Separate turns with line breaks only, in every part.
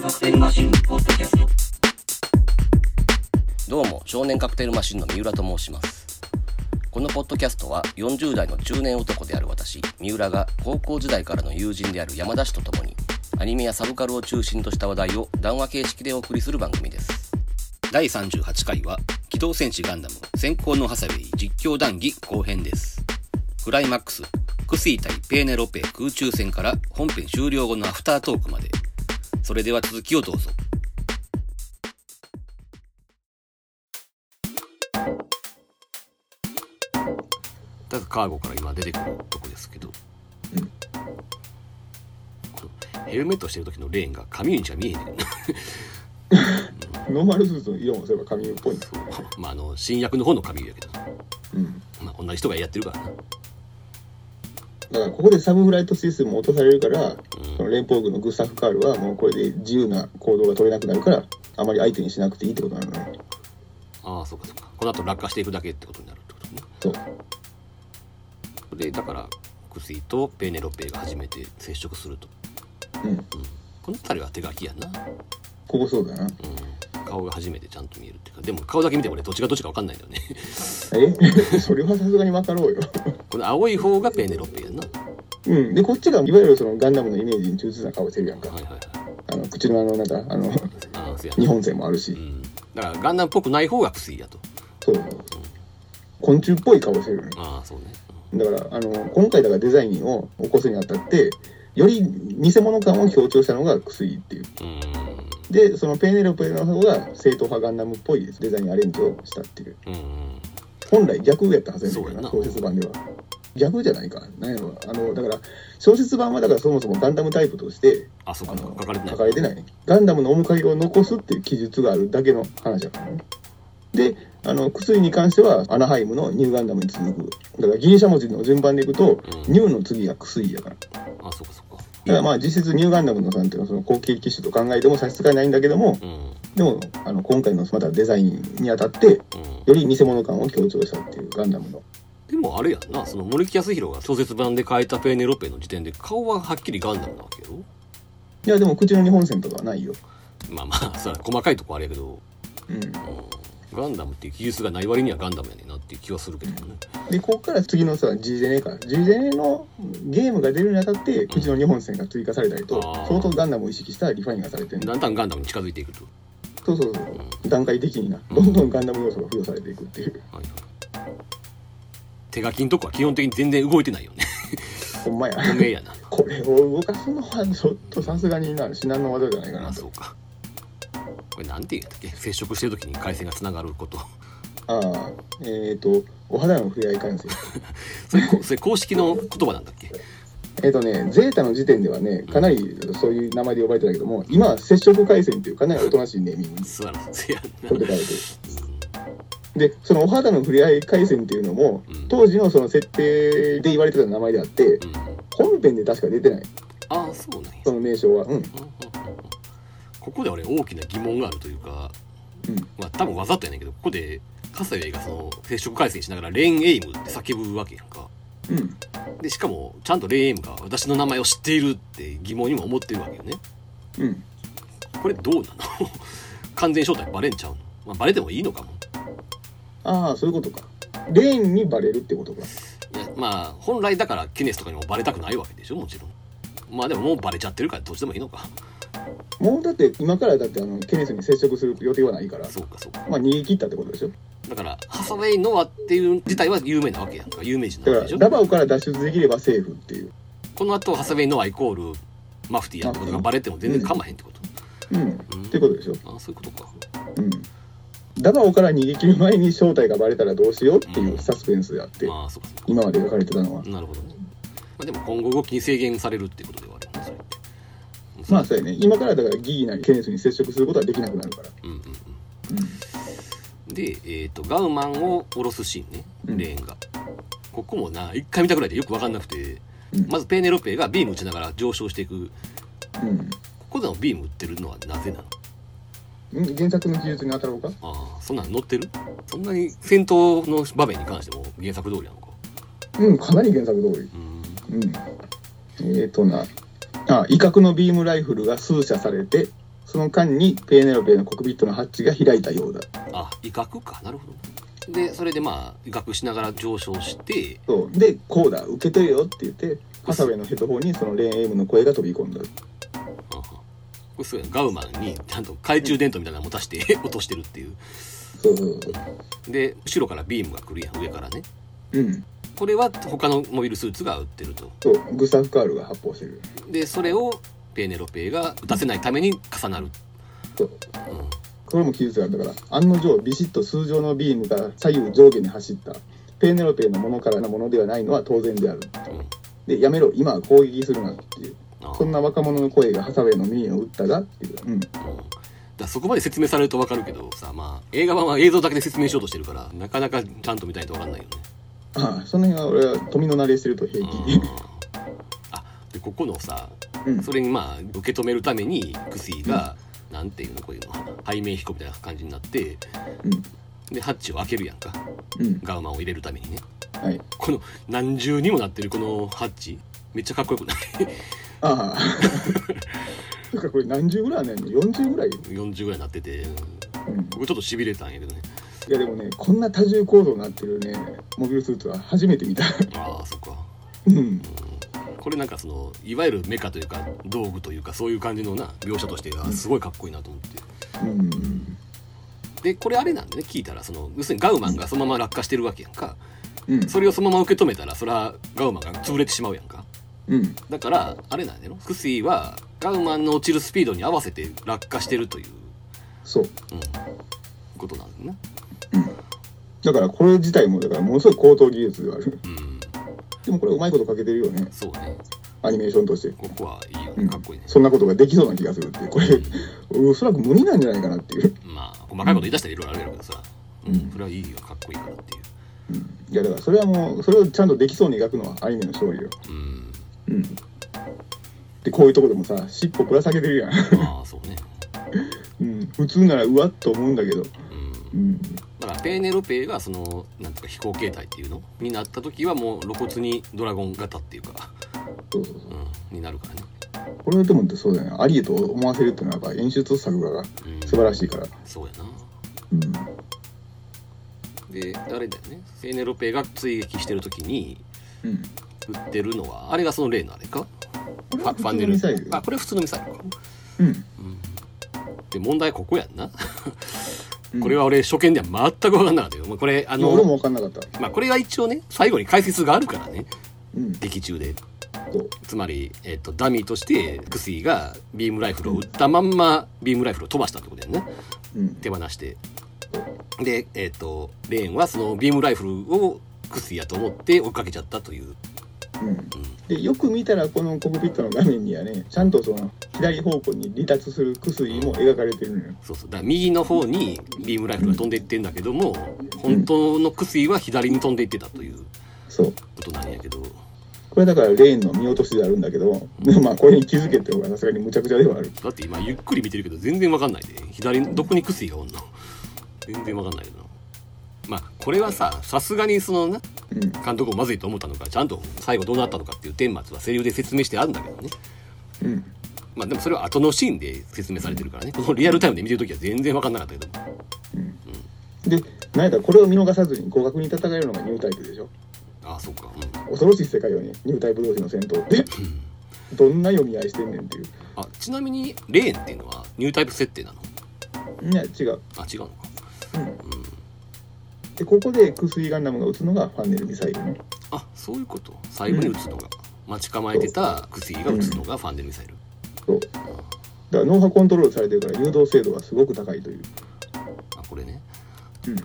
カクテルマシンポッドキャスト
どうも少年カクテルマシンの三浦と申しますこのポッドキャストは40代の中年男である私三浦が高校時代からの友人である山田氏と共にアニメやサブカルを中心とした話題を談話形式でお送りする番組です第38回は「機動戦士ガンダム先行のハサウェイ実況談義」後編ですクライマックスクスイ対ペーネロペ空中戦から本編終了後のアフタートークまでそれでは続きをどうぞだからカーゴから今出てくるとこですけど、
うん
このヘルメットしてる時のレーンが紙にしか見えへんねん
ノーマルスーツの色もそういえば髪っぽいんです
そうまああの新薬の方の紙やけど、
うん
まあ、同じ人がやってるからな、
だからここでサブフライトシステムも落とされるから
うん
その連邦軍のグスタフ・カールはもうこれで自由な行動が取れなくなるからあまり相手にしなくていいってことなのね
ああそうかそうかこの後落下していくだけってことになるってことね
そう
でだからクスイとペネロペが初めて接触すると、
うん
この辺りは手書きやな、
ここそうだな
うん、顔が初めてちゃんと見えるっていうかでも顔だけ見ても俺どっちがどっちか分かんないんだよね
え それはさすがに分かろうよ
この青い方がペネロペやな
うんでこっちがいわゆるそのガンダムのイメージに忠実な顔してるやんか
はいはいはい
あの口のあのなんだあの
ああそうや
日
な、
本勢もある
う
し
ん、だからガンダムっぽくない方がクスイやと
そう昆虫っぽい顔してるよね
ああそうね、
だからあの今回だからデザインを起こすにあたってより偽物感を強調したのが薬っていう
うん、
でそのペーネロペの方が正統派ガンダムっぽいデザインアレンジをしたっていう
うんうん
本来逆やったはずやねんけどな
そうや
小
な
説版では逆じゃないかなんやろあのだから小説版はだからそもそもガンダムタイプとして
あそう
あ
か
の
書かれてない
書かれてないねガンダムの面影を残すっていう記述があるだけの話だからねであの薬に関してはアナハイムのニューガンダムに続くだからギリシャ文字の順番でいくと、
うん
ニューの次が薬やからだか
あそうかそうから
まあ実質ニューガンダムのさんっていうのはその後継機種と考えても差し支えないんだけども
うんうん
でもあの今回のまたデザインにあたってより偽物感を強調したっていうガンダムの
でもあれやんなその森木康弘が小説版で書いたペーネロペの時点で顔ははっきりガンダムなわけやろ
いやでも口の日本線とかはないよ
まあまあ さ細かいとこあれやけど、
うん
うん、ガンダムっていう技術がない割にはガンダムやねんなっていう気はするけどね、
でここから次のさ G ゼネか G ゼネのゲームが出るにあたって口の2本線が追加されたりと
あー
相当ガンダムを意識したリファインがされてる
だんだんガンダムに近づいていくと、
そうそうそう段階的になどんどんガンダム要素が付与されていくっていう
はいはい、手書きのとこは基本的に全然動いてないよね
ほんまや
不明やな
これを動かすのはちょっとさすがにな至難の技じゃないか
あ
な
そ
と
うかこれなんて言うんだっけ接触してる時に回線がつながること
ああえっ、ー、とお肌の触れ合い感性
それこそれ公式の言葉なんだっけ
えっ、とね、ゼータの時点ではね、かなりそういう名前で呼ばれてたけども、今は接触回線っていうかなりおとなしいネーミングに
素晴らしいやな
取ってかれてる。で、そのお肌の触れ合い回線っていうのも
うん、
当時のその設定で言われてた名前であって、
うんうん
本編で確か出てない、
ああそうなんや
その名称は。うん。
うんうんうんうんここで俺大きな疑問があるというか、
うん
まあ多分わざとやねんけどここで葛西がその接触回線しながら「レーンエイム」って叫ぶわけやんか
うん。
でしかもちゃんとレーンエイムが私の名前を知っているって疑問にも思ってるわけよね
うん。
これどうなの 完全正体バレんちゃうの、まあ、バレてもいいのかも
ああ、そういうことか。レーンにバレるってことか。
いやまあ本来だからケネスとかにもバレたくないわけでしょもちろんまあでももうバレちゃってるからどっちでもいいのか
もうだって今からだってあのケネスに接触する予定はないから、
そうかそうか
まあ逃げ切ったってことでしょ。
だからハサウェイ・ノアっていう自体は有名なわけやんか有名人な
だ
わ
か
けでし
ら
ょ
ダバオから脱出できればセーフっていう。
この後ハサウェイノアイコールマフティーやってことがバレても全然構へんってこと、
うん。
うん
ってことでしょ。
あそういうことか
うんダバオから逃げ切る前に正体がバレたらどうしようっていうサスペンスであって、
まあそうかそう
今まで描かれてたのは
かなるほどね、まあ、でも今後動きに制限されるってことではあるよねそれって
まあそうやね今からだからギーなりケネスに接触することはできなくなるから、
うんうん
う
うんで、えー、とガウマンを下ろすシーンね
うん
レーンが、ここもな一回見たくらいでよく分かんなくて、
うん
まずペーネロペがビーム打ちながら上昇していく
ん
ここでのビーム打ってるのはなぜなの
うん、ん原作の技術に当たろうか
ああそんなの乗ってるそんなに戦闘の場面に関しても原作通りなのか
うんかなり原作通り
うん
うんえー、となあ威嚇のビームライフルが数射されてその間にペーネロペーのコックピットのハッチが開いたようだ
あ威嚇かなるほどでそれでまあ威嚇しながら上昇して
そうでこうだ受け取れよって言ってハサウェイのヘッドホンにそのレーンエイムの声が飛び込んだ
うんうんこれすごいガウマンにちゃんと懐中電灯みたいなの持たして 落としてるっていう
そうそうそう
で後ろからビームが来るやん上からね
うん
これは他のモビルスーツが撃ってると
そうグスタフ・カールが発砲してる
でそれをペーネロペーが打たせないために重なる、
そう
うん、
これも記述があったから案の定ビシッと通常のビームが左右上下に走ったペーネロペーのものからのものではないのは当然である
うん
でやめろ今は攻撃するなっていう
あ
そんな若者の声がハサウェイの耳を打ったがっていう、うん、
うんだからそこまで説明されると分かるけどさまあ映画版は映像だけで説明しようとしてるからなかなかちゃんと見ないと分かんないよね
ああその辺は俺は富の慣れしてると平気
うんあでここのさ
うん
それにまあ受け止めるためにクスイが、なんていうのこういうの背面飛行みたいな感じになって
うん
でハッチを開けるやんか
うん
ガウマンを入れるためにね
はい
この何重にもなってるこのハッチめっちゃかっこよくない
あ あだからこれ何十ぐらいあんねんの40ぐらい、
40ぐらいなってて
うん、
僕ちょっとしびれたんやけどね
いやでもねこんな多重構造になってるねモビルスーツは初めて見た
ああそっか
うん
これなんかそのいわゆるメカというか道具というかそういう感じのな描写としてがすごいかっこいいなと思って
うん
でこれあれなんでね聞いたらその要するにガウマンがそのまま落下してるわけやんか
うん
それをそのまま受け止めたらそれはガウマンが潰れてしまうやんか
うん
だからあれなんだよクスイはガウマンの落ちるスピードに合わせて落下してるという、
そう
うん、ことなんだよね
だからこれ自体もだからものすごい高等技術ではある
うん
でもこれうまいことかけてるよね
そうね
アニメーションとして、
ここはいいよ
うん
ねかっこいいね、
そんなことができそうな気がするっていうこれおそらく無理なんじゃないかなっていう
まあ細かいこと言い出したらいろいろあるやろうけどさ、うん
うん
それはいいよかっこいいからっていう
いやだからそれはもうそれをちゃんとできそうに描くのはアニメの勝利よ
うん
うんでこういうとこでもさ尻尾ぶら下げてるやん、
まあそうね
うん、普通ならうわっと思うんだけど
うん
うん
だからペーネロペーがそのなんていうか飛行形態っていうのになった時はもう露骨にドラゴン型っていうか、
そうそうそう
うん、になるからね、
これでもそうだよねありえと思わせるっていうのはやっぱ演出作画が
うん、
素晴らしいから
そうや
うん
なであれだよねペーネロペーが追撃してる時に
うん
撃ってるのはあれがその例のあれか
これ
ファ
は
フ
普
ァ
通
ンネ
の
ル
ミサイル
あこれ普通のミサイルか、
うん
うん、で問題ここやんな、
うん
これは俺初見では全く分かんなかったよまあこれあ
いや俺
の
も分かんなかった
まあこれが一応ね最後に解説があるからね
うん
劇中で
そう
つまり、えっとダミーとしてクスイがビームライフルを撃ったまんまビームライフルを飛ばしたってことだよね
うん
手放してで、えっとレーンはそのビームライフルをクスイやと思って追っかけちゃったという、
うん
うん
でよく見たらこのコックピットの画面にはねちゃんとその左方向に離脱する薬も描かれてるのよ
そうそうだから右の方にビームライフルが飛んでいってんだけども本当のクスイは左に飛んでいってたという
そう
ことなんやけど
これだからレーンの見落としであるんだけどでも まあこれに気づけって方がさすがにむちゃくちゃではある
だって今ゆっくり見てるけど全然わかんないで左どこにクスイがおんの全然わかんないよなまあこれはささすがにそのな
うん
監督もまずいと思ったのかちゃんと最後どうなったのかっていう顛末はセリフで説明してあるんだけどね
うん
まあでもそれは後のシーンで説明されてるからねこのリアルタイムで見てる時は全然分かんなかったけど
でなんやったらこれを見逃さずに互角に戦えるのがニュータイプでしょ
ああそうかうん
恐ろしい世界よねニュータイプ同士の戦闘ってどんな読み合いしてんねんっていう
あちなみにレーンっていうのはニュータイプ設定なの
いや違う、
あ違うのか
うん、
うん
でここで薬ガンダムが撃つのがファンネルミサイルね
あそういうこと最後に撃つのが待ち構えてたクスイが撃つのがファンデルミサイル
そうだから脳波コントロールされてるから誘導精度はすごく高いという
あこれね
うん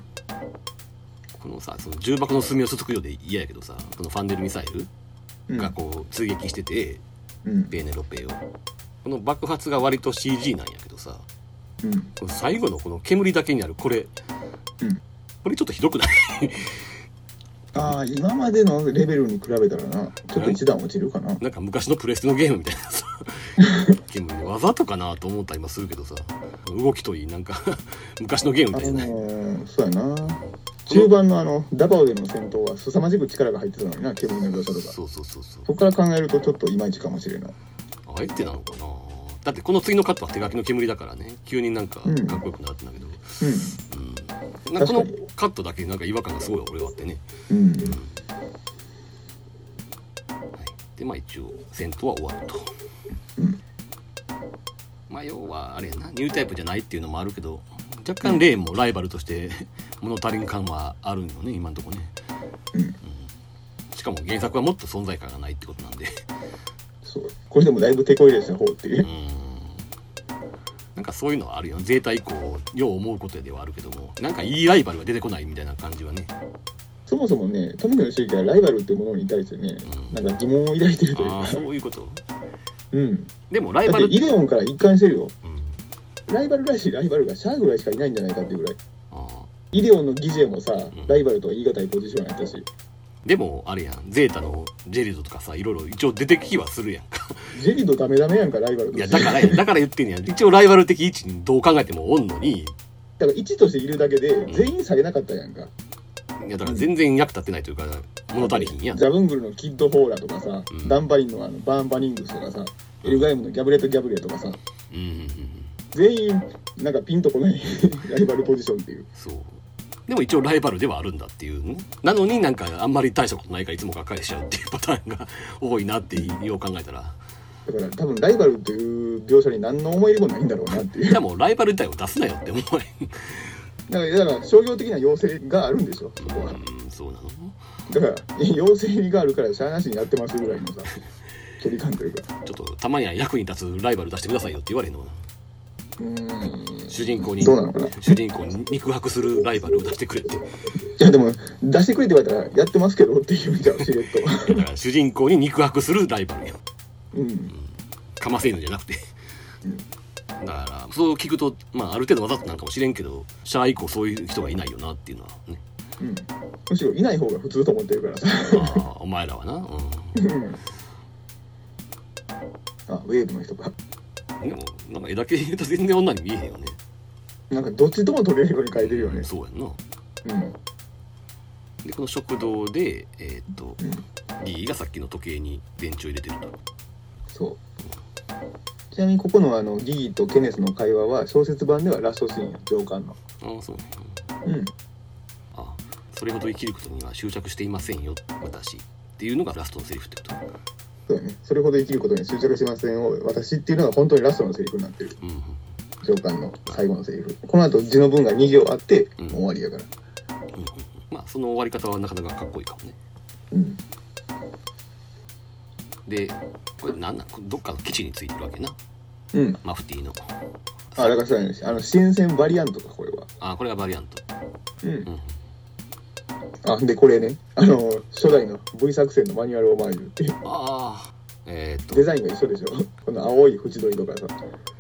このさその重箱の隅をつつくようで嫌やけどさこのファンデルミサイ
う
ルが
ん
こう追撃してて
うん
ペーネロペをこの爆発が割と CG なんやけどさ
うん
この最後のこの煙だけになるこれ、
うん
これちょっとひどくない
ああ今までのレベルに比べたらなちょっと一段落ちるかな
なんか昔のプレステのゲームみたいな さ煙のわざとかなと思ったりもするけどさ動きといいなんか 昔のゲームみ
あ
たいじゃない、
のー、そうやな中盤のあのダバオでの戦闘は凄まじく力が入ってたのにな煙の描写とか
そうそうそうそう
そこから考えるとちょっといまいちかもしれない
あえてなのかなだってこの次のカットは手書きの煙だからね急になんかか
う
っ
ん
こよくなってんだけど、
う
うんなんかこの
確か
カットだけなんか違和感がすごい俺はあってね、
んうん
はい、でまあ一応戦闘は終わると、
うん
まあ要はあれやなニュータイプじゃないっていうのもあるけど若干レイもライバルとして物足りん感はあるんよね今んとこね、
うん
しかも原作はもっと存在感がないってことなんで
そうこれでもだいぶ手こ入れした方っていう
う、ん なんかそういうのはあるよゼータ以降よう思うことではあるけどもなんかいいライバルが出てこないみたいな感じはね
そもそもね富野義行はライバルってものに対してねなんか疑問を抱いてるという
あ
か
あそういうこと
うん
でもライ
だっ
バ
て
ル
イデオンから一貫してるよ
うん
ライバルらしいライバルがシャアぐらいしかいないんじゃないかっていうぐらい
ああ
イデオンのギジェもさ
ん
ライバルとは言い難いポジションやったし
でもあれやんゼータのジェリドとかさいろいろ一応出てきはするやん か
ジェリドダメダメやんかライバルと
いや
して
だからやだから言ってんねや一応ライバル的位置にどう考えてもおんのに
だから1としているだけで全員されなかったやんか
いやだから全然役立ってないというか物足りひんやん
ザブングルのキッド・ホーラとかさ、
うん
ダンバリンのあのバーン・バニングスとかさエルガイムのギャブレット・ギャブレとかさ
うんうんうんうん
全員なんかピンとこないライバルポジションっていう
そうでも一応ライバルではあるんだっていうねなのになんかあんまり大したことないからいつもがっかりしちゃうっていうパターンが多いなってよう考えたら
だから多分ライバルという描写に何の思い入れもないんだろうなっていう
じゃあもうライバル自体を出すなよって思わへん
だからだから商業的な要請があるんでしょそこは
うんそうなの
だから要請があるからしゃあなしにやってますぐらいのさ距離感というか
ちょっとたまには役に立つライバル出してくださいよって言われへんのかな
うーん
主人公に
どうなのかない
主人公に肉薄するライバルを出してくれってい
やでも出してくれって言われたらやってますけどって言うんじゃんしれっと
やだから主人公に肉薄するライバルやん
うん
かませ犬じゃなくてだからそう聞くと、まあ、ある程度わざとなんかもしれんけどシャア以降そういう人がいないよなっていうのは ね
うんむしろいない方が普通と思ってるからさ
ああお前らはな、う
あウェーブの人か
ん、でもなんか絵だけ言うと全然女に見えへんよね
なんかどっちとも取れるように書いてるよね
そうやんな
うん
でこの食堂でえーっと
ん
D がさっきの時計に電柱入れてると
そうちなみにここのあのギギとケネスの会話は小説版ではラストシーンや上巻の
ああそうねうん
うん
あそれほど生きることには執着していませんよ私っていうのがラストのセリフってこと
そうだねそれほど生きることに執着しませんを私っていうのが本当にラストのセリフになってる
うんうん
上巻の最後のセリフこの後字の文が2行あって、
うん
もう終わりやから
まあその終わり方はなかなかかっこいいかもね
うん
でこれなんなんこれどっかの基地についてるわけな
うん
マフティーの
あだからそうやねあの新鮮バリアントかこれは
あこれがバリアント
うん
うん
あでこれねあの初代の V 作戦のマニュアルオマージュっていう
ああえー、っと
デザインが一緒でしょ この青い縁取りとかさ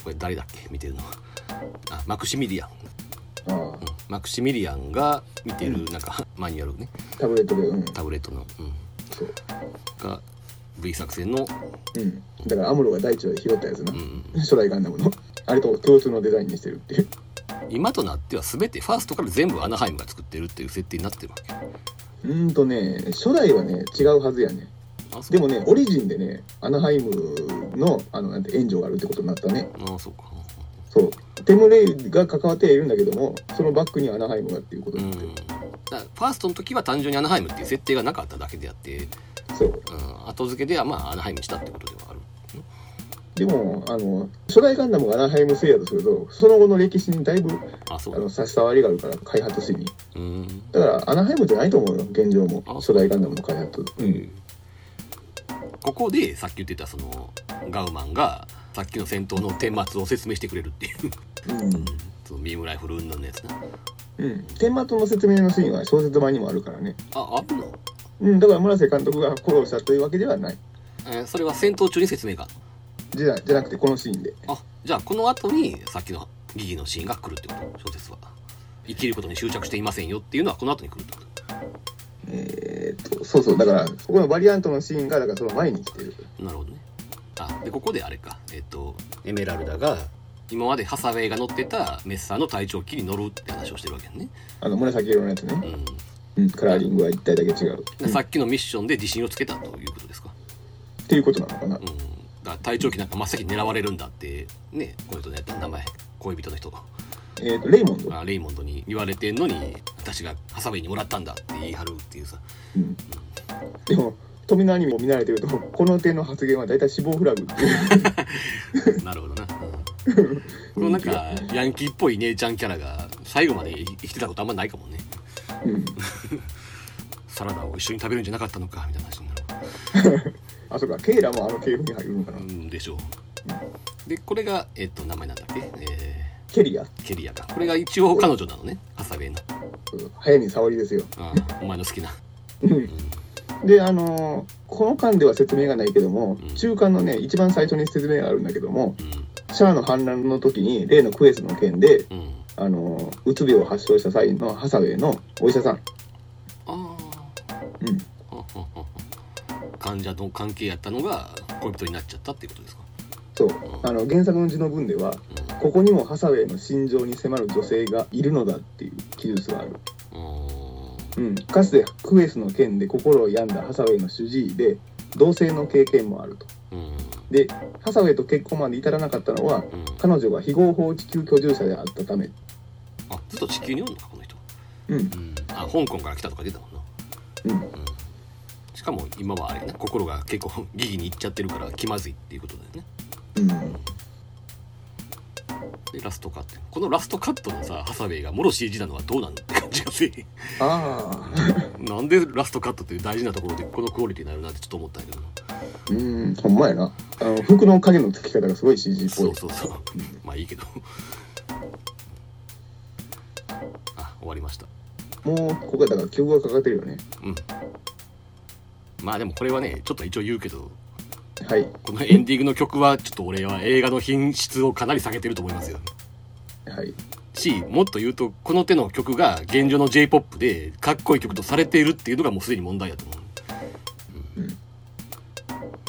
これ誰だっけ見てるのはあマクシミリアン、
ああ
うんマクシミリアンが見てるなんか、マニュアルね
タブレットでうん
タブレットの、うん、
そう
が V 作戦の、
うんだからアムロが大地で拾ったやつな、
うんうん、
初代ガンダムのあれと共通のデザインにしてるっていう
今となっては全てファーストから全部アナハイムが作ってるっていう設定になってるわけ
うーんとね初代はね違うはずやね
あそう
でもねオリジンでねアナハイムのあのなんて援助があるってことになったね
ああそうか
そうテムレイが関わってはいるんだけどもそのバックにはアナハイムがっていうこと
う
に
ん
なって
だ
る、
からファーストの時は単純にアナハイムっていう設定がなかっただけであって、
そう
うん、後付けではまあアナハイムにしたってことではある
でもあの初代ガンダムがアナハイム製やとするとその後の歴史にだいぶ
あそ
あの
う
差し障りがあるから開発史に
うん
だからアナハイムじゃないと思うよ現状も
あ
初代ガンダムの開発うん
ここでさっき言ってたそのガウマンがさっきの戦闘の顛末を説明してくれるっていう
うん
そのビームライフル云々のやつな
うん、顛末の説明のシーンは小説版にもあるからね、
ああるの、
うん、だから村瀬監督がフォローしたというわけではない
えーそれは戦闘中に説明がある
じゃじゃなくてこのシーンで
のあじゃあこの後にさっきのギギのシーンが来るってこと小説は生きることに執着していませんよっていうのはこの後に来るってこと
えーっとそうそうだからここのバリアントのシーンがだからその前に来てる
なるほどねあでここであれかえっ、とエメラルダが今までハサウェイが乗ってたメッサーの隊長機に乗るって話をしてるわけね、
あの紫色のやつね、
うん
うん、カラーリングは一体だけ違う、
でさっきのミッションで自信をつけたということですか、
っていうことなのかな
うん、が隊長機なんか真っ先に狙われるんだってねこの人ね名前恋人の人
えーとレイモンド、
がレイモンドに言われてんのに私がハサウェイにもらったんだって言い張るっていうさ
うん、でも富のアニメを見慣れてるとこの手の発言は大体死亡フラグってい う
なるほどな、うん、このなんかヤンキーっぽい姉ちゃんキャラが最後まで生きてたことあんまないかもね
うん
サラダを一緒に食べるんじゃなかったのかみたいな話になる
あそうかケイラもあの系譜に入るのかな、
うんでしょうでこれがえっと名前なんだっけ、え
ケリア
ーケリアかこれが一応彼女なのねハサウェイの
うん早見沙織ですよ、
ああお前の好きな
うんであのーこの間では説明がないけども、
うん
中間のね一番最初に説明があるんだけども
う
シャアの反乱の時に例のクエスの件で
んうん
あのーうつ病を発症した際のハサウェイのお医者さん、
あ
うん、
あははは患者の関係やったのが恋人になっちゃったっていうことですか、
そうあの原作の字の文ではここにもハサウェイの心情に迫る女性がいるのだっていう記述がある、
うん、う
うん、かつてクエスの件で心を病んだハサウェイの主治医で同性の経験もあると
ーん
でハサウェイと結婚まで至らなかったのは
うん
彼女が非合法地球居住者であったため
あずっと地球におるのかこの人、
うん
うん、あ香港から来たとか出たもんな、
うん
うん、しかも今はあれやな心が結構ギギにいっちゃってるから気まずいっていうことだよね
うん
でラストカットこのラストカットのさハサウェイがもろ CG なのはどうなのって感じがする
あ
なんでラストカットっていう大事なところでこのクオリティになるなってちょっと思ったんやけどな
あ うんほんまやなあの服の影のつき方がすごい CG っぽい
そうそうそうまあいいけど あ終わりました
もうここはだから記憶がかかってるよね
うんまあでもこれはねちょっと一応言うけど
はい
このエンディングの曲はちょっと俺は映画の品質をかなり下げてると思いますよ
はい
しもっと言うとこの手の曲が現状の j p o p でかっこいい曲とされているっていうのがもうすでに問題やと思う、うん
うん
ま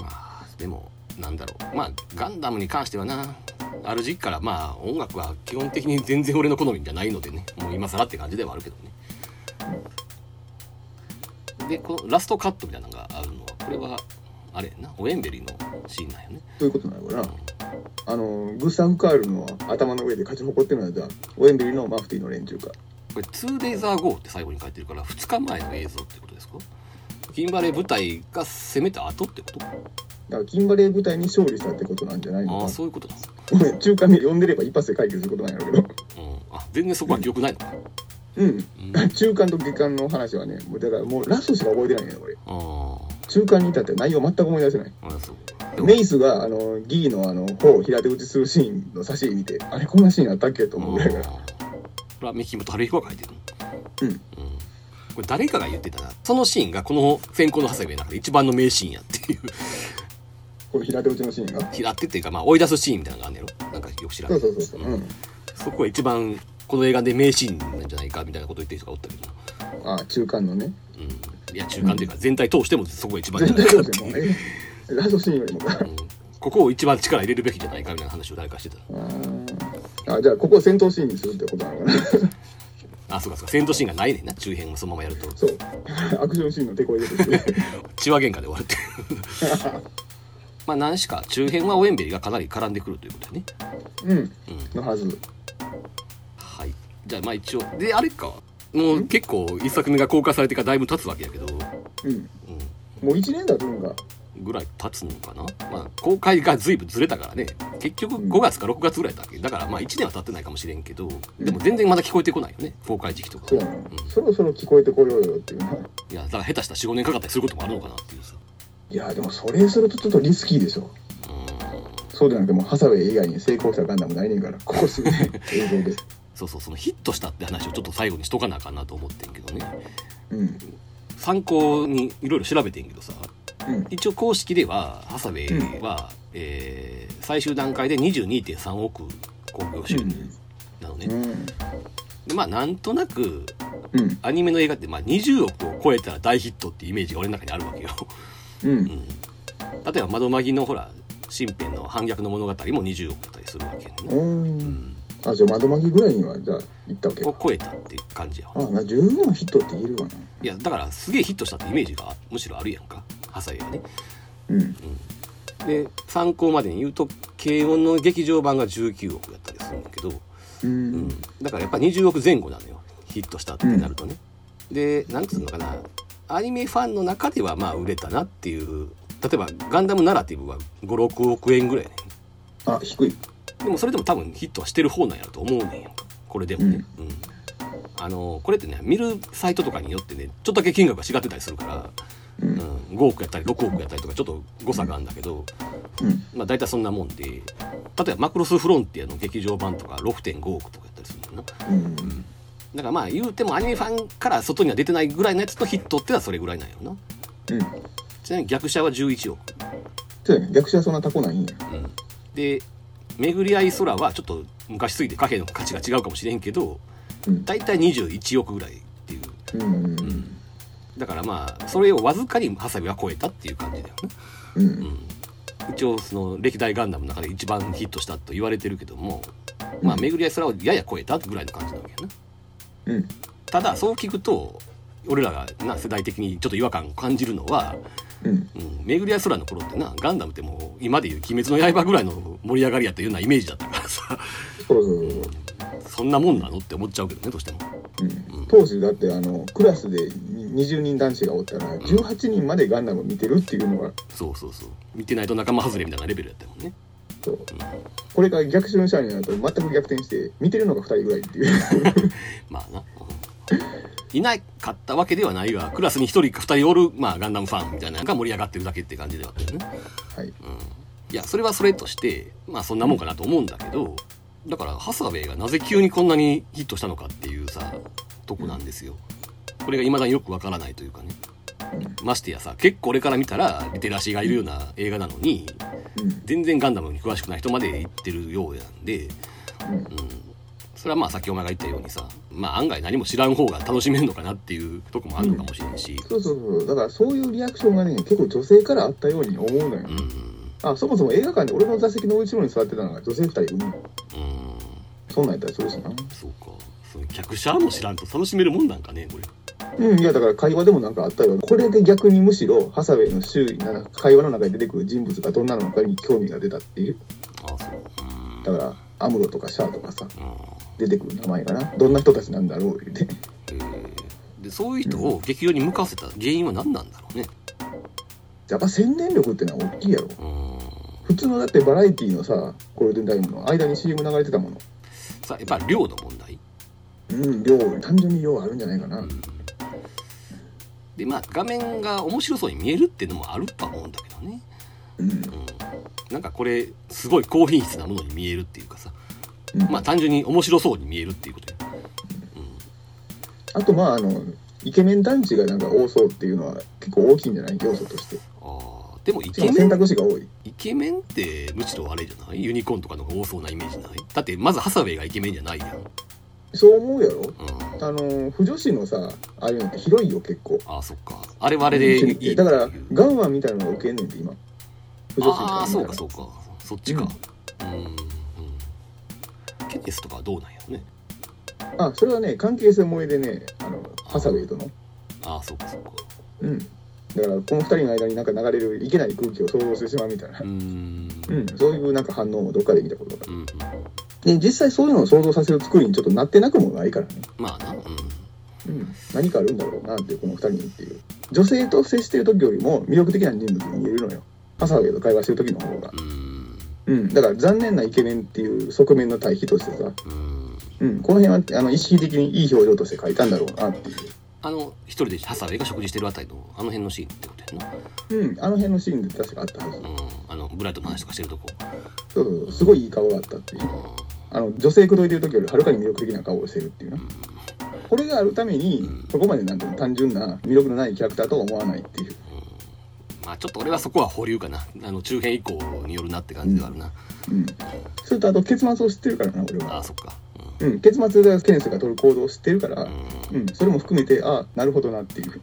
あでもなんだろうまあガンダムに関してはなある時期からまあ音楽は基本的に全然俺の好みじゃないのでねもう今更って感じではあるけどねでこのラストカットみたいなのがあるのはこれはあれやなオエンベリーのシーンなんよね
そういうことなのかなあのグスタフ・カールの頭の上で勝ち誇ってるのはじゃあオエンベリのマフティーの連中か
これ 2days ago って最後に書いてるから2日前の映像ってことですかキンバレー部隊が攻めた後ってこと
だからキンバレー部隊に勝利したってことなんじゃないの
あ
か
あ
な
そういうことなんです
ごめん中間で読んでれば一発で解決することなんやろうけど
うん、あ全然そこは記憶ないのか、
うん
うん、あ
中間と下巻の話はねもうだからもうラストしか覚えてないんや俺
ー
中間に至っては内容全く思い出せない
あそう
メイスがあのギーのあの頬を平手打ちするシーンの差し入れ見てあれこんなシーンあったっけと
うん
思う
こ
ぐらいから
れは三木本春彦が書いてる
うん
の、うん、これ誰かが言ってたなそのシーンがこの「先行の長谷部」の中で一番の名シーンやっていう
この平手打ちのシーンが
拾ってっていうかまあ追い出すシーンみたいなのがあんねやろなんかよく知ら
そ
な
う
い
そうそうそううん
そこが一番この映画で名シーンなんじゃないかみたいなこと言ってる人がおったけどな
ああ中間のね
うんいや中間というか全体通してもそこが一番じゃ
全
ない
体
か
ど
っ
う
てい
でも
う、
えラストシーンよりもか
うんここを一番力入れるべきじゃないかみたいな話を誰かしてた
ああじゃあここを戦闘シーンにするってことなのかな
あそうかそうか戦闘シーンがないねんな中編をそのままやると
そうアクションシーンの手こ入れとして
血は喧嘩で終わるっていう まあ何しか中編はオエンベリがかなり絡んでくるということだね
うん
うん
のはず
はいじゃあまあ一応であれかもう結構一作目が公開されてからだいぶ経つわけやけど、
うん
う
もう1年だとんが
ん、ぐらい経つのかな、まあ、公開が随分ずれたからね結局5月か6月ぐらいだったっけだからまあ1年は経ってないかもしれんけどでも全然まだ聞こえてこないよね公開時期とか、
そうなのそろそろ聞こえてこようよっていうない
やだから下手したら45年かかったりすることもあるのかなっていうさ
いやでもそれするとちょっとリスキーでしょ
うーん
そうじゃなくてもうハサウェイ以外に成功したガンダムないねんからここすぐね映像で
そうそうそのヒットしたって話をちょっと最後にしとかなあかんなと思ってんけどね
うん
参考にいろいろ調べてんけどさ
うん
一応公式ではハサウェイは、えー最終段階で22.3億興行収入なのね、
うん
でまあなんとなく
うん
アニメの映画ってまあ20億を超えたら大ヒットってイメージが俺の中にあるわけよ、
う
うんん、例えば窓マギのほら新編の反逆の物語も20億だったりするわけやね、
うん
うん
あじゃあ窓巻きぐらいにはじゃあ行ったわけ
を
か
超えたって感じやわ
あな十分ヒットって言えるわない
やだからすげえヒットしたってイメージがむしろあるやんかハサウェイはね
うん
で参考までに言うと軽音の劇場版が19億やったりするんだけど、
うん
うん、だからやっぱ20億前後なのよヒットしたってなるとね、でなんつうのかなアニメファンの中ではまあ売れたなっていう例えば「ガンダムナラティブ」は56億円ぐらいやね
あ低い
でもそれでも多分ヒットはしてる方なんやろと思うねんやんかこれでもね、うんあのこれってね見るサイトとかによってねちょっとだけ金額が違ってたりするから、うん5億やったり6億やったりとかちょっと誤差があるんだけど、
うん
まあ、大体そんなもんで例えばマクロスフロンティアの劇場版とか6.5億とかやったりするのかな
う
だ
ん
からまあ言うてもアニメファンから外には出てないぐらいのやつのヒットってのはそれぐらいなんやろな
うん
ちなみに逆者は11億、
そうやね逆者はそんなタコないんや
うん、で巡り合い空はちょっと昔すぎて貨幣の価値が違うかもしれんけど
うん
大体21億ぐらいっていう
うんうん
だからまあそれをわずかにハサミは超えたっていう感じだよね、
う
うんん、一応その歴代ガンダムの中で一番ヒットしたと言われてるけどもまあ巡り合い空をやや超えたぐらいの感じなわけやな
うん
ただそう聞くと俺らがな世代的にちょっと違和感を感じるのは
うん
うん、巡り合い空の頃ってなガンダムってもう今でいう「鬼滅の刃」ぐらいの盛り上がりやというようなイメージだったからさ
そうそうそう
そんなもんなのって思っちゃうけどねどうしても
うん当時だってあのクラスで20人男子がおったら18人までガンダム見てるっていうのが
そうそうそう見てないと仲間外れみたいなレベルやったもんね
そうこれから逆襲のシャアになると全く逆転して見てるのが2人ぐらいっていう
まあな、うんいなかったわけではないがクラスに1人か2人おる、まあ、ガンダムファンみたいなのが盛り上がってるだけって感じではあったよね
はい
いやそれはそれとしてまあそんなもんかなと思うんだけどだからハサウェイがなぜ急にこんなにヒットしたのかっていうさとこなんですよこれが未だによくわからないというかねましてやさ結構俺から見たらリテラシーがいるような映画なのに
うん
全然ガンダムに詳しくない人まで行ってるようなんで、
うん
うん、それはまあさっきお前が言ったようにさまあ案外何も知らん方が楽しめるのかなっていうとこもあるのかもしれんし、
そうそうそうだからそういうリアクションがね結構女性からあったように思うのよ、
うん、うん
あそもそも映画館で俺の座席の後ろに座ってたのが女性2人うんそんなんやったらそうしな
そうかその客車も知らんと楽しめるもんなんかねこれ。
うんいやだから会話でもなんかあったよこれで逆にむしろハサウェイの周囲な会話の中に出てくる人物がどんなのかに興味が出たっていう
あそう
だからアムロとかシャアとかさ
うん、
出てくる名前かなどんな人たちなんだろう言うて
えーでそういう人を劇場に向かわせた原因は何なんだろうね
やっぱ宣伝力ってのは大きいやろ
うん
普通のだってバラエティのさゴールデンタイムの間に CM 流れてたもの
さやっぱり量の問題、
うん量単純に量あるんじゃないかな
うん、でまあ画面が面白そうに見えるっていうのもあるとは思うんだけどね、
うん
うん、なんかこれすごい高品質なものに見えるっていうかさ
うん
まあ単純に面白そうに見えるっていうことよ
あとまああのイケメン団地がなんか多そうっていうのは結構大きいんじゃない要素として
あーでもイ
しか
ケ
も
メ
選
ン
択肢が多い
イケメンってむしろあれじゃないユニコーンとかの方が多そうなイメージないだってまずハサウェイがイケメンじゃないやん、うん、
そう思うやろ
あ
あの不女子のさああいうのって広いよ結構
ーそっかあれはあれでいいっていう
だからガンマンみたいなのが受けんねんって今不女子
ああーそうか
う
そうかそっちかうん、うん、ケネスとかはどうなんやろね
あそれはね関係性萌えでねあのハサウェイとの
ああそうかそうか
うんだからこの2人の間になんか流れるいけない空気を想像してしまうみたいな
うーん
うん、そういうなんか反応もどっかで見たことがあ
うんうん
るで実際そういうのを想像させる作りにちょっとなってなくもないからね、
まあなうん
うん、何かあるんだろうなってこの2人にっていう女性と接してる時よりも魅力的な人物に見えるのよハサウェイと会話してる時の方が
う、ーん
うん、だから残念なイケメンっていう側面の対比としてさ、
うーん
うん、この辺はあの意識的にいい表情として描いたんだろうなってい
あの一人でハサウェイが食事してるあたりのあの辺のシーンってことやな
う、うん、あの辺のシーンで確かあったはず
うんあのブライトの話とかしてるとこ
そうそうそうすごいいい顔があったっていう
うん
あの女性口説いてる時よりはるかに魅力的な顔をしてるっていうな
うん
これがあるためにそこまでなんていうの単純な魅力のないキャラクターとは思わないっていう
まあちょっと俺はそこは保留かなあの中編以降によるなって感じではあるな、
うん、それとあと結末を知ってるからな俺
あ
は
あ、そっかう
うん、結末でケネスが取る行動を知ってるから、
ん、うん
うん、それも含めてあなるほどなっていう、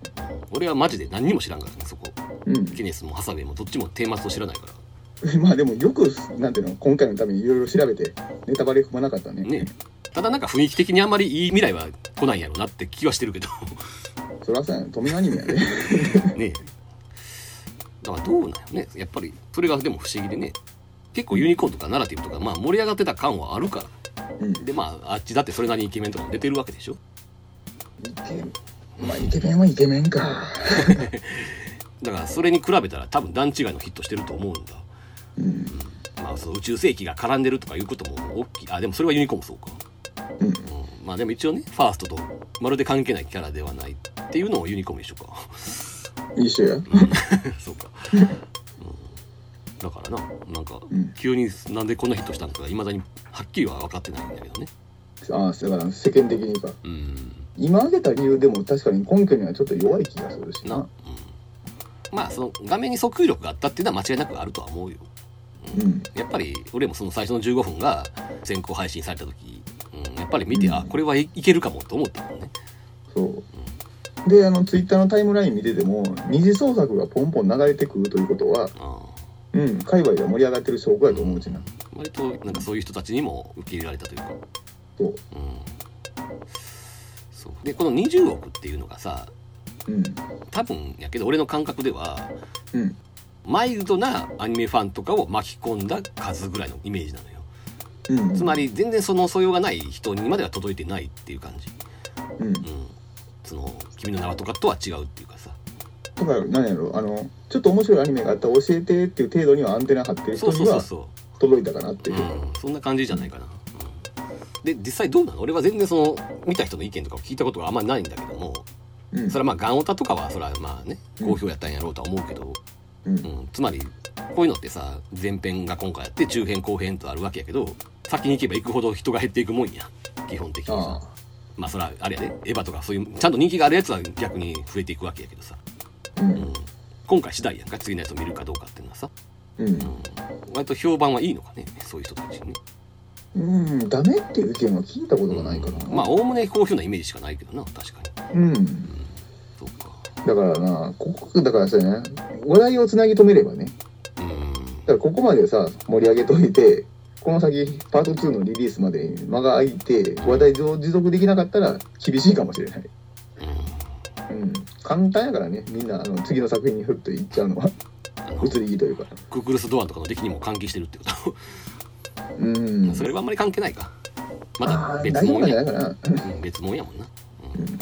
俺はマジで何にも知らんからねそこ
うん、
ケネスもハサウェイもどっちもテーマと知らないから
まあでもよくなんていうの今回のためにいろいろ調べてネタバレ踏まなかったね
ねただなんか雰囲気的にあんまりいい未来は来ないんやろなって気はしてるけど
そらさ富のアニメやね
ねだからどうなんよねやっぱりそれがでも不思議でね結構ユニコーンとかナラティブとかまあ盛り上がってた感はあるから
うん、
でまああっちだってそれなりにイケメンとかも出てるわけでしょ
イケ まあイケメンはイケメンか
だからそれに比べたら多分段違いのヒットしてると思うんだ
うん
まあその宇宙世紀が絡んでるとかいうことも大きいあでもそれはユニコーンもそうか、
うん
うんまあでも一応ねファーストとまるで関係ないキャラではないっていうのをユニコーンも一緒か
一緒や
そうか、うん、だからななんか
うん
急になんでこんなヒットしたのかいまだにはっきりは分かってないんだけどね
ああだから世間的にか
うん
今挙げた理由でも確かに根拠にはちょっと弱い気がするし
な、うん
な、
まあその画面に訴求力があったっていうのは間違いなくあるとは思うよ
うん
やっぱり俺もその最初の15分が先行配信された時、うん、やっぱり見て、
うん
あこれはい、いけるかもと思ったもんね
そうであのツイッターのタイムライン見てても二次創作がポンポン流れてくるということは
あ
うん界隈では盛り上がってる証拠
あ
やと思うしな
割となんかそういう人たちにも受け入れられたというか
そう
うんそうでこの20億っていうのがさ
うん
多分やけど俺の感覚では
うん
マイルドなアニメファンとかを巻き込んだ数ぐらいのイメージなのよ
うん
つまり全然その素養がない人にまでは届いてないっていう感じ
うん
うんその「君の名は」とかとは違うっていうかさ
だから何やろあのちょっと面白いアニメがあったら教えてっていう程度にはアンテナ張ってる
そ
人
うそう
に
そう
は
そう
届いたかなっていう
うん、そんな感じじゃないかな。うんで実際どうなの俺は全然その見た人の意見とかを聞いたことがあんまりないんだけども
うん
それはまあガンオタとかはそれはまあね
うん
好評やったんやろうとは思うけど、
うん
うん、つまりこういうのってさ前編が今回やって中編後編とあるわけやけど先に行けば行くほど人が減っていくもんや基本的に
あ
さまあそれはあれやでエヴァとかそういうちゃんと人気があるやつは逆に増えていくわけやけどさ、
あう
うんん、今回次第やんか次のやつを見るかどうかっていうのはさ、
うん
うん、割と評判はいいのかねそういう人たちにね。
うん、ダメっていう意見は聞いたことがないからな、
まあおおむね好評なイメージしかないけどな確かに
うん
そうか
だからなここだからさね話題をつなぎ止めればね
うん
だからここまでさ盛り上げといてこの先パート2のリリースまでに間が空いて話題を持続できなかったら厳しいかもしれない、うん、簡単やからねみんなあの次の作品にふっといっちゃうのは
あの
移り気というか
ククルス・ドアンとかの出来にも関係してるってこと
うん
それはあんまり関係ないかま
あ
だ
ー
別
大丈夫
も
な
ん
んじゃな
や
いかな
うん別もんやもんな、うん
うん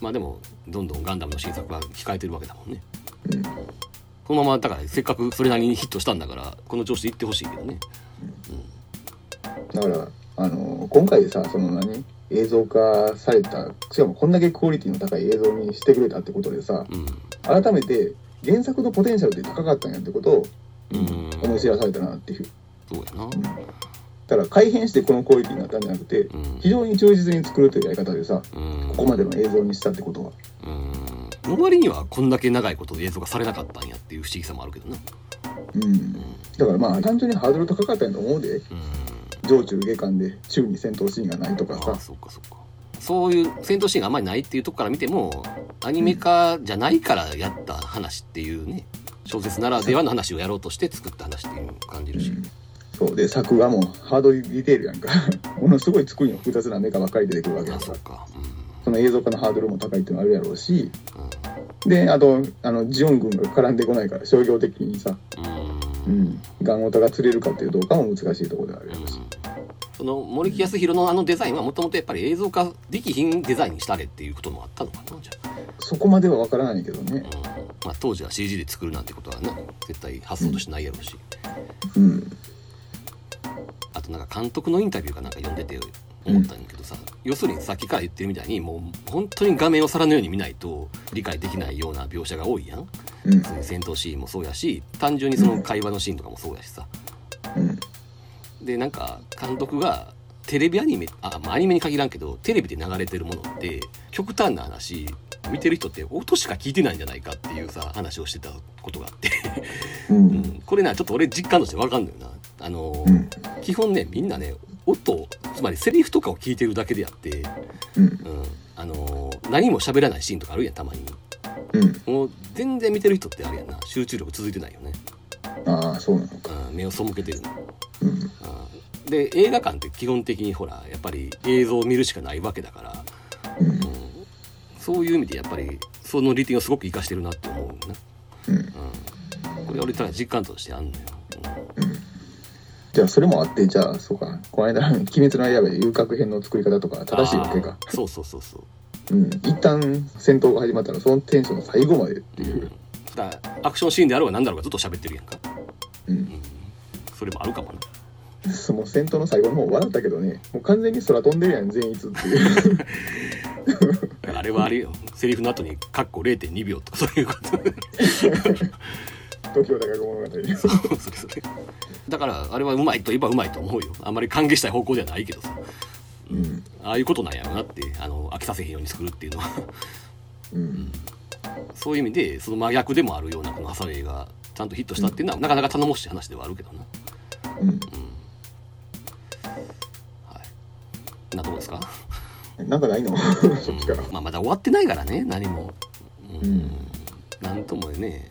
まあでもどんどんガンダムの新作は控えてるわけだもんね
うん
このままだからせっかくそれなりにヒットしたんだからこの調子でいってほしいけどね
だからあの今回さその何映像化されたしかもこんだけクオリティの高い映像にしてくれたってことでさ
うん
改めて原作のポテンシャルって高かったんやってことを
うん、
思い知らされたなっていう
そうやな
うんだから改変してこのクオリティになったんじゃなくて
うん
非常に忠実に作るというやり方でさ
うん
ここまでの映像にしたってことは
うんの割にはこんだけ長いこと映像がされなかったんやっていう不思議さもあるけどな
うんだからまあ単純にハードル高かったんやと思うで
うん
上中下巻で中に戦闘シーンがないとか
ああ
さ
そうかそうかそういう戦闘シーンがあんまりないっていうとこから見てもアニメ化じゃないからやった話っていうね小説ならではの話をやろうとして作った話っていうのを感じるし、
うんそうで作画もハードルディテールやんか ものすごい作りの複雑なメカばっかり出てくるわけ
あ
だか
そう
ら
か
その映像化のハードルも高いっていうのはあるやろうし
う
であとあのジオン軍が絡んでこないから商業的にさ、
んうん
う
うん
ん、ガンオタが釣れるかっていう動画も難しいところではあるやろうし
その森木康弘のあのデザインはもともとやっぱり映像化できひんデザインにしたれっていうこともあったのかなじゃあ、
そこまではわからないけど
う
ね
んまあ、当時は CG で作るなんてことはね絶対発想としてないやろうし、
うん
あとなんか監督のインタビューかなんか読んでて思ったんだけどさ、要するにさっきから言ってるみたいにもう本当に画面を皿のように見ないと理解できないような描写が多いやん
うん
そういう戦闘シーンもそうやし単純にその会話のシーンとかもそうやしさ
うん
でなんか監督がテレビアニメあ、まあ、アニメに限らんけどテレビで流れてるものって極端な話見てる人って音しか聞いてないんじゃないかっていうさ話をしてたことがあって、
う
うんん、これなちょっと俺実感として分かんのよな。あのー
うん
基本ねみんなね音つまりセリフとかを聞いてるだけであって、
うん
うんあのー何も喋らないシーンとかあるやんたまに
うん
もう全然見てる人ってあれやんな集中力続いてないよね、
ああそうなのか
うん、目を背けてるの、
うん
うん、で映画館って基本的にほらやっぱり映像を見るしかないわけだから、
うん
うん、そういう意味でやっぱりその利点をすごく活かしてるなって思うな、
うん
うんこれ俺ただ実感としてあんのよ、
じゃあそれもあってじゃあそうかこの間「鬼滅の刃」で遊郭編の作り方とか正しいわけか
あーそうそうそうそう
うん一旦戦闘が始まったらそのテンションの最後までっていう、
だからアクションシーンであろうが何だろうがずっと喋ってるやんか、
うん、
それもあるかもな
その戦闘の最後の方笑ったけどねもう完全に空飛んでるやん全員いつっていう
だからあれはあれよセリフの後に「カッコ0.2秒」とかそういうこと
東京大学物語
そうそれそれだからあれはうまいといえばうまいと思うよあんまり歓迎したい方向ではないけどさ
うん
ああいうことなんやろうなってあの飽きさせへんように作るっていうのは
うん
そういう意味でその真逆でもあるようなこのハサウェイがちゃんとヒットしたっていうのは、なかなか頼もしい話ではあるけどな、はい、なとこですか
うんなんかないのそっちから
うんまあ、まだ終わってないからね何も、う、
うんん
なんともね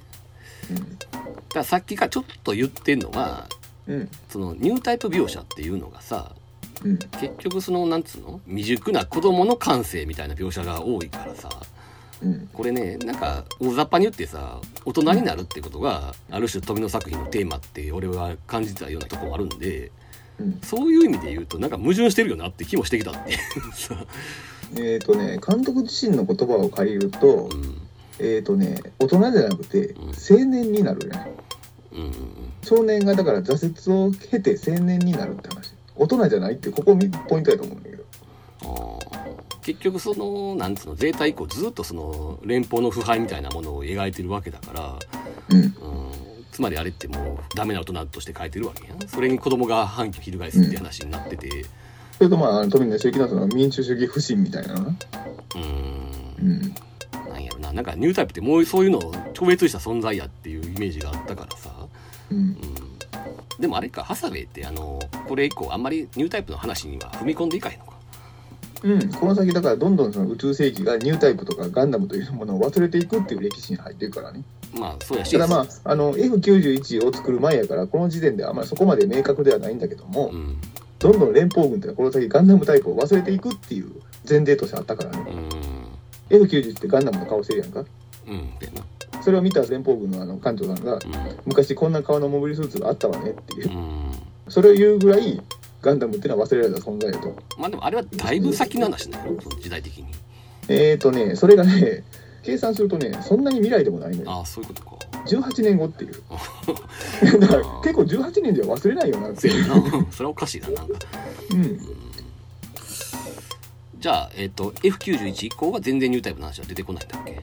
だからさっきからちょっと言ってんのは
うん
そのニュータイプ描写っていうのがさ
うん
結局そのなんつうの未熟な子供の感性みたいな描写が多いからさ
うん
これねなんか大雑把に言ってさ大人になるってことがある種富野作品のテーマって俺は感じたようなとこもあるんで
うん
そういう意味で言うとなんか矛盾してるよなって気もしてきたっていうさ、
えっ、とね監督自身の言葉を借りると
うん
えっ、とね大人じゃなくて
うん
青年になるね
うんうん
少年がだから挫折を経て青年になるって話大人じゃないってここポイントやと思うんだけど
あー結局そのなんつうのゼータ以降ずっとその連邦の腐敗みたいなものを描いてるわけだから
うん
うんつまりあれってもうダメな大人として変えてるわけやんそれに子供が反旗翻すって話になってて
それとまああの富野周期のその民主主義不信みたいなのな
うん
うん
なんやろななんかニュータイプってもうそういうのを超越した存在やっていうイメージがあったからさ、
うん
うん、でもあれかハサウェイってあのこれ以降あんまりニュータイプの話には踏み込んでいかへんのか
うん、この先だからどんどんその宇宙世紀がニュータイプとかガンダムというものを忘れていくっていう歴史に入ってるからね
まあそうやした
だまああの F91 を作る前やからこの時点であまりそこまで明確ではないんだけども
うん
どんどん連邦軍っていうのはこの先ガンダムタイプを忘れていくっていう前提としてあったから
う
ね
ん
F91 ってガンダムの顔してるやんか
うんだよな
それを見た連邦軍のあの艦長さんが昔こんな顔のモビルスーツがあったわねっていう
うん、うん、
それを言うぐらいガンダムっていうのは忘れられた存在だと
まあでもあれはだいぶ先の話だよその時代的に
えーとねそれがね計算するとねそんなに未来でもないのよ
ああそういうことか
18年後って いうだから結構18年では忘れないよなって
せ
いう、
やなそれはおかしいななんか
うん、
じゃあ、えっと F91 以降は全然ニュータイプの話は出てこないんだっけ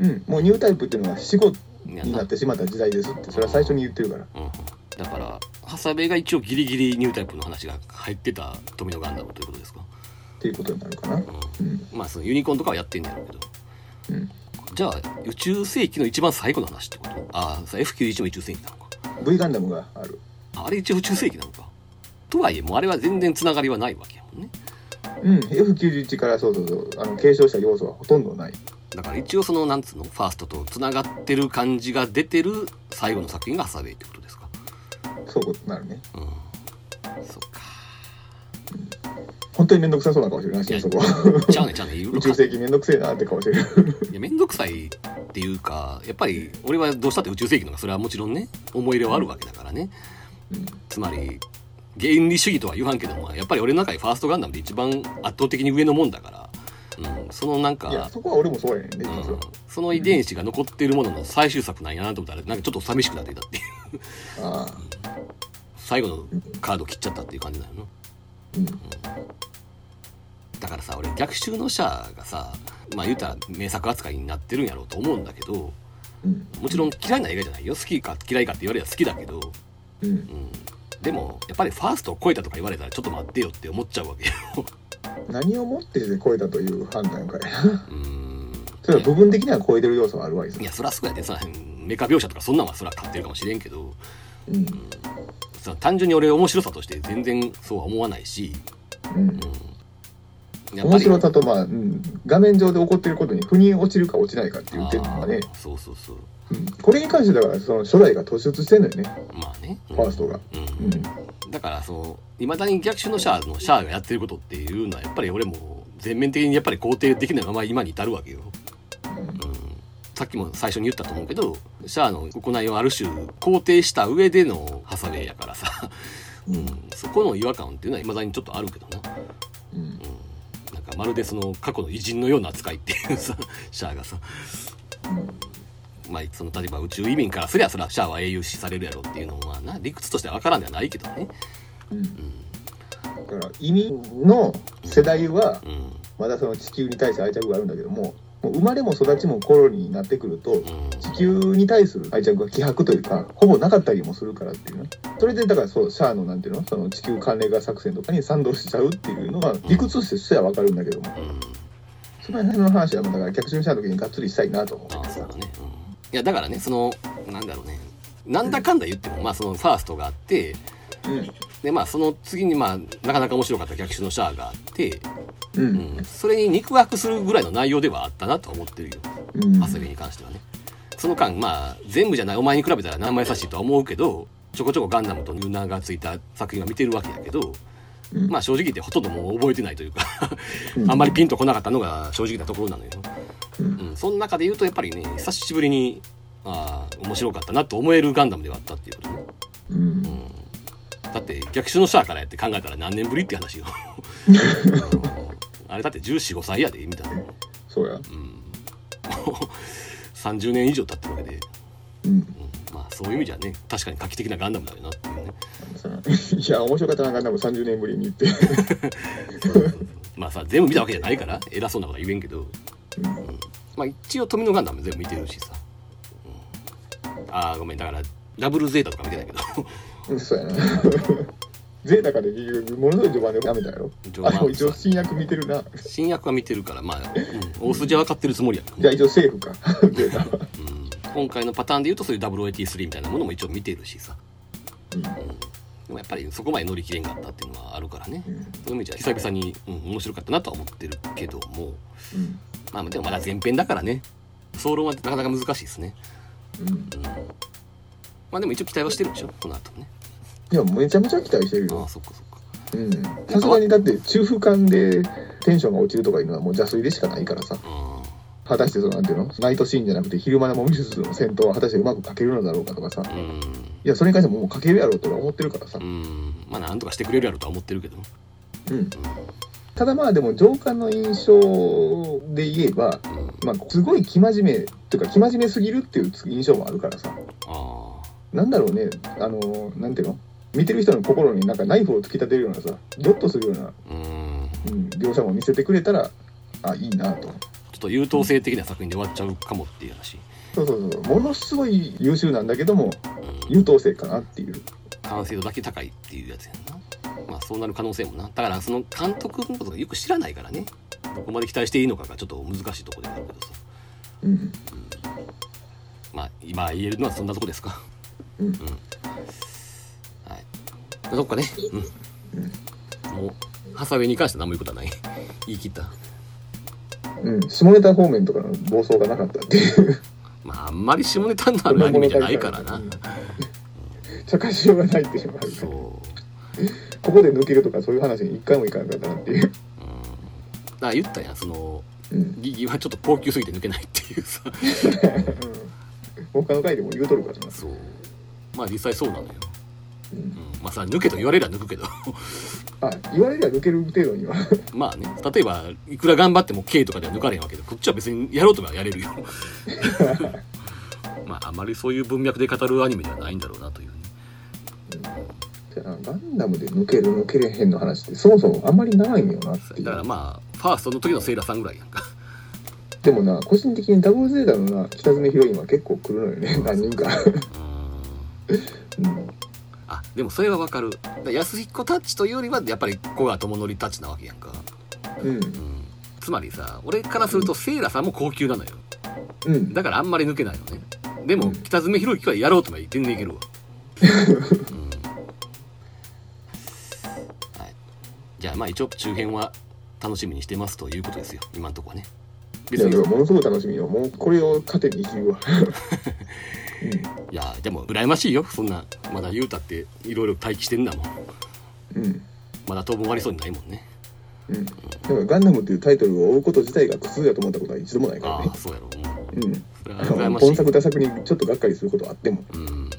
うん、もうニュータイプっていうのは死後
いや
になってしまった時代ですってそれは最初に言ってるから
うん、だからハサベが一応ギリギリニュータイプの話が入ってた富野ガンダムということですか、
っていうことになるかな
う
うん
ん、まあそのユニコーンとかはやってんねやろうけど
うん
じゃあ宇宙世紀の一番最後の話ってことああ F91 も宇宙世紀なのか
V ガンダムがある
あれ一応宇宙世紀なのかとはいえもうあれは全然つながりはないわけやもんね
うん F91 からそうそうそうあの継承した要素はほとんどない
だから一応そのなんつうのファーストとつながってる感じが出てる最後の作品がハサベってことですか
そういうことになるね
うんそっか
本当に面倒くさそうな顔してるらしいよそこは
じゃあねじゃあねいろいろ
宇宙世紀面倒くせえなって顔してる
いや面倒くさいっていうかやっぱり俺はどうしたって宇宙世紀の方がそれはもちろんね思い入れはあるわけだからね、
うん
つまり原理主義とは言わんけどもやっぱり俺の中でファーストガンダムで一番圧倒的に上のもんだから、うん、そのなん
いや
か、
そこは俺もそうやねんね
う
実
ん
は、
その遺伝子が残ってるものの最終作なんやなと思ったらなんかちょっと寂しくなってきたっていう
ああ
最後のカード切っちゃったっていう感じなのよな
うん
だからさ俺逆襲のシャアがさまあ言うたら名作扱いになってるんやろうと思うんだけど
うん
もちろん嫌いな映画じゃないよ好きか嫌いかって言われれば好きだけど、
うん
うん、でもやっぱりファーストを超えたとか言われたらちょっと待ってよって思っちゃうわけよ
何をもってして超えたという判断かい
うん
それは部分的には超えてる要素はあるわけ
い
で
やそりゃそうやでさメカ描写とかそんなんはそりゃ買ってるかもしれんけど
すうん
さ単純に俺面白さとして全然そうは思わないし、
うん
うん、やっぱ
面
り
白さとまあ、うん、画面上で起こっていることに腑に落ちるか落ちないかっていう点がね、
あーそうそうそう
うんこれに関してだからその初代が突出してんのよね
まあね、う
フ
ん
ァーストが、
う
うんん、
だからそのいまだに逆襲のシャアのシャアがやってることっていうのはやっぱり俺も全面的にやっぱり肯定できないまま今に至るわけよ、うん、さっきも最初に言ったと思うけどシャアの行いをある種肯定した上でのハサウェイやからさ、
う
うん、そこの違和感っていうのはいまだにちょっとあるけどな。
うん
うんなんかまるでその過去の偉人のような扱いっていうさ シャアがさ、まあ、その例えば宇宙移民からすりゃそりゃシャアは英雄視されるやろっていうのもまあな理屈としては分からんではないけどね
だから移民の世代は
うん
まだその地球に対して愛着があるんだけどももう生まれも育ちもコロニーになってくると
うん
地球に対する愛着が希薄というかほぼなかったりもするからっていうねそれでだからそうシャアのなんていうのその地球関連化作戦とかに賛同しちゃうっていうのは理屈としてすら分かるんだけども
うん
その辺の話はもうだから逆襲した時にがっつりしたいなと思って
ああそう
さ
だね、うん、いやだからねそのなんだろうねなんだかんだ言っても、まあそのファーストがあって
う
でまあその次にまあなかなか面白かった逆襲のシャアがあって、
んう
うんん、それに肉薄するぐらいの内容ではあったなとは思ってるよ
うん
遊びに関してはねその間まあ全部じゃないお前に比べたら何枚優しいとは思うけどちょこちょこガンダムという名がついた作品は見てるわけやけど、
うん
まあ正直言ってほとんどもう覚えてないというか
うん
あんまりピンとこなかったのが正直なところなのよ、
う
うんんその中で言うとやっぱりね久しぶりにああ面白かったなと思えるガンダムではあったっていうことね、
うん
うん、だって逆襲のシャアからやって考えたら何年ぶりって 話ようんあれだって1415歳やでみたいな
そうや
うん 30年以上経ってるわけで、
うん
うんまあそういう意味じゃね確かに画期的なガンダムだよなっていうね
さ いや面白かったなガンダム30年ぶりにって
まあさ全部見たわけじゃないから偉そうなことは言えんけど、
うん
まあ、一応富のガンダム全部見てるしさ、うんああごめんだからダブルゼータとか見てないけど
うんそうやなゼータから結局ものすごい序盤でやめたやろ
序盤
あでも一応新薬見てるな
新役は見てるからまあ、うん大筋は分かってるつもりやから
じ
ね
ゃあ一応セーフか ゼータは
うん今回のパターンで言うとそういう WAT3 みたいなものも一応見てるしさ、
うん
でもやっぱりそこまで乗り切れんかったっていうのはあるからね、
うん
そういう意味じゃ久々に、うん、面白かったなとは思ってるけども
うん
まあでもまだ前編だからね総論はなかなか難しいですね
うん
まあでも一応期待はしてるでしょこの後ね
いやめちゃめちゃ期待してる
ああ
よ
そっかそっか
うんさすがにだって中腹間でテンションが落ちるとかいうのはもう邪推でしかないからさ
うん
果たしてそのなんていうのナイトシーンじゃなくて昼間のモミスの戦闘は果たしてうまくかけるのだろうかとかさいやそれに関してももうかけるやろうとは思ってるからさ
うんうんまあなんとかしてくれるやろとは思ってるけど
うん
う
ただまあでも上官の印象で言えば
んうん
まあ、すごい生真面目というか生真面目すぎるっていう印象もあるからさ
あ
なんだろうねあのなんていうの見てる人の心になんかナイフを突き立てるようなさギョッとするような、
あうん
うん、描写も見せてくれたらあいいなと
ちょっと優等生的な作品で終わっちゃうかもっていう話、
そうそうそうものすごい優秀なんだけども
うん、
優等生かなっていう
完成度だけ高いっていうやつやんなまあそうなる可能性もなだからその監督のことがよく知らないからねどこまで期待していいのかがちょっと難しいところではあるけどさ
うん
まあ今言えるのはそんなとこですか
うん
はいどっかねうんもうハサウェイに関しては何も言うことはない言い切った
うん下ネタ方面とかの暴走がなかったっていう
まああんまり下ネタのあるアニメじゃないからな
うん茶化しようがないっていうのがあるから
そう
ここで抜けるとかそういう話に一回もいかなかったなっていう、
だから言ったやんその
うん、
ギギはちょっと高級すぎて抜けないっていうさ
他の回でも言うとるからな
そうまあ実際そうなのよ、
う
うんん、まあさ抜けと言われりゃ抜くけど
あ言われりゃ抜ける程度には
まあね例えばいくら頑張っても K とかでは抜かれへんわけでこっちは別にやろうとはやれるよ まああまりそういう文脈で語るアニメではないんだろうなというね
じゃあガンダムで抜ける抜けれへんの話ってそもそもあんまりないんよなってい
だから
う
まあファーストの時のセイラさんぐらいやんか
でもな個人的にダブルゼータのな北爪ヒロインは結構来るのよね何人
う
か、
ーん
うん、
あでもそれはわかるだから安彦タッチというよりはやっぱり古賀智則タッチなわけやんか
うん
うんつまりさ俺からするとセイラさんも高級なのよ
うん
だからあんまり抜けないのねでも北爪宏之はやろうとも言ってんでいけるわ、うんはい、じゃあまあ一応周辺は楽しみにしてますということですよ今んとこはね
い
別
や
に
でもものすごい楽しみよもうこれを糧に生きるわ
いやでも羨ましいよそんなまだ雄太っていろいろ待機してんだもん
うん
まだ当分終わりそうにないもんね
うん、だからガンダムっていうタイトルを追うこと自体が苦痛だと思ったことは一度もないから
あ
ね
あそうやろ、うん
うん
それは羨まし
本
い。
作他作にちょっとがっかりすることはあっても
うん。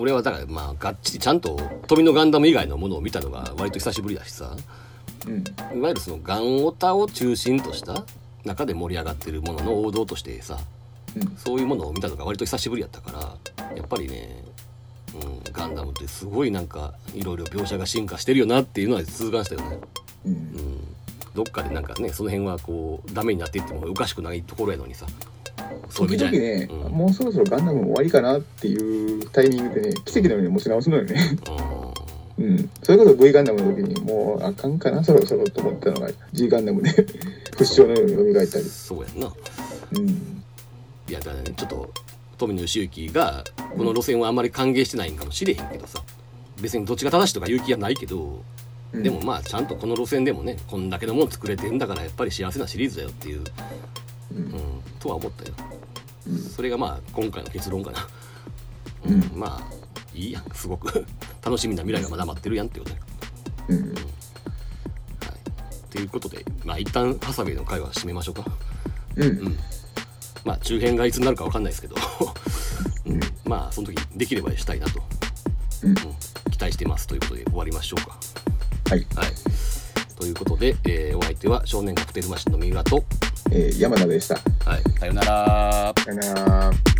俺はだから、まあ、がっちりちゃんと、富のガンダム以外のものを見たのが割と久しぶりだしさ、
うん
いわゆるそのガンオタを中心とした中で盛り上がってるものの王道としてさ、
うん
そういうものを見たのが割と久しぶりやったからやっぱりね、うん、ガンダムってすごいなんかいろいろ描写が進化してるよなっていうのは痛感したよね、
う
うんん、どっかでなんかねその辺はこうダメになっていってもおかしくないところやのにさそういう
時
意
々
味じゃない
ね、
うん
もうそろそろガンダム終わりかなっていうタイミングでね奇跡のように持ち直すのよね うんそれこそ V ガンダムの時にもうあかんかなそろそろと思ったのが G ガンダムで 不死鳥のように蘇った
うん
り
そうやんな
うん
いやだからねちょっと富野義行がこの路線はあんまり歓迎してないんかもしれへんけどさ別にどっちが正しいとか言う気はないけど
うん
でもまあちゃんとこの路線でもねこんだけのもの作れてんだからやっぱり幸せなシリーズだよっていう、
うん
うん、とは思ったよ、
うん
それがまあ今回の結論かな、
うん
まあいいやんすごく 楽しみな未来がまだ待ってるやんってことね、
うん
はい、ということでまあ一旦ハサウェイの会は締めましょうか
うん
まあ中編がいつになるかわかんないですけど、 うん、まあその時できればしたいなと、
うん
期待してますということで終わりましょうか
はい、
はいということで、えーお相手は少年カクテルマシンの三浦と
えー山田でした
はい
さよなら
さよなら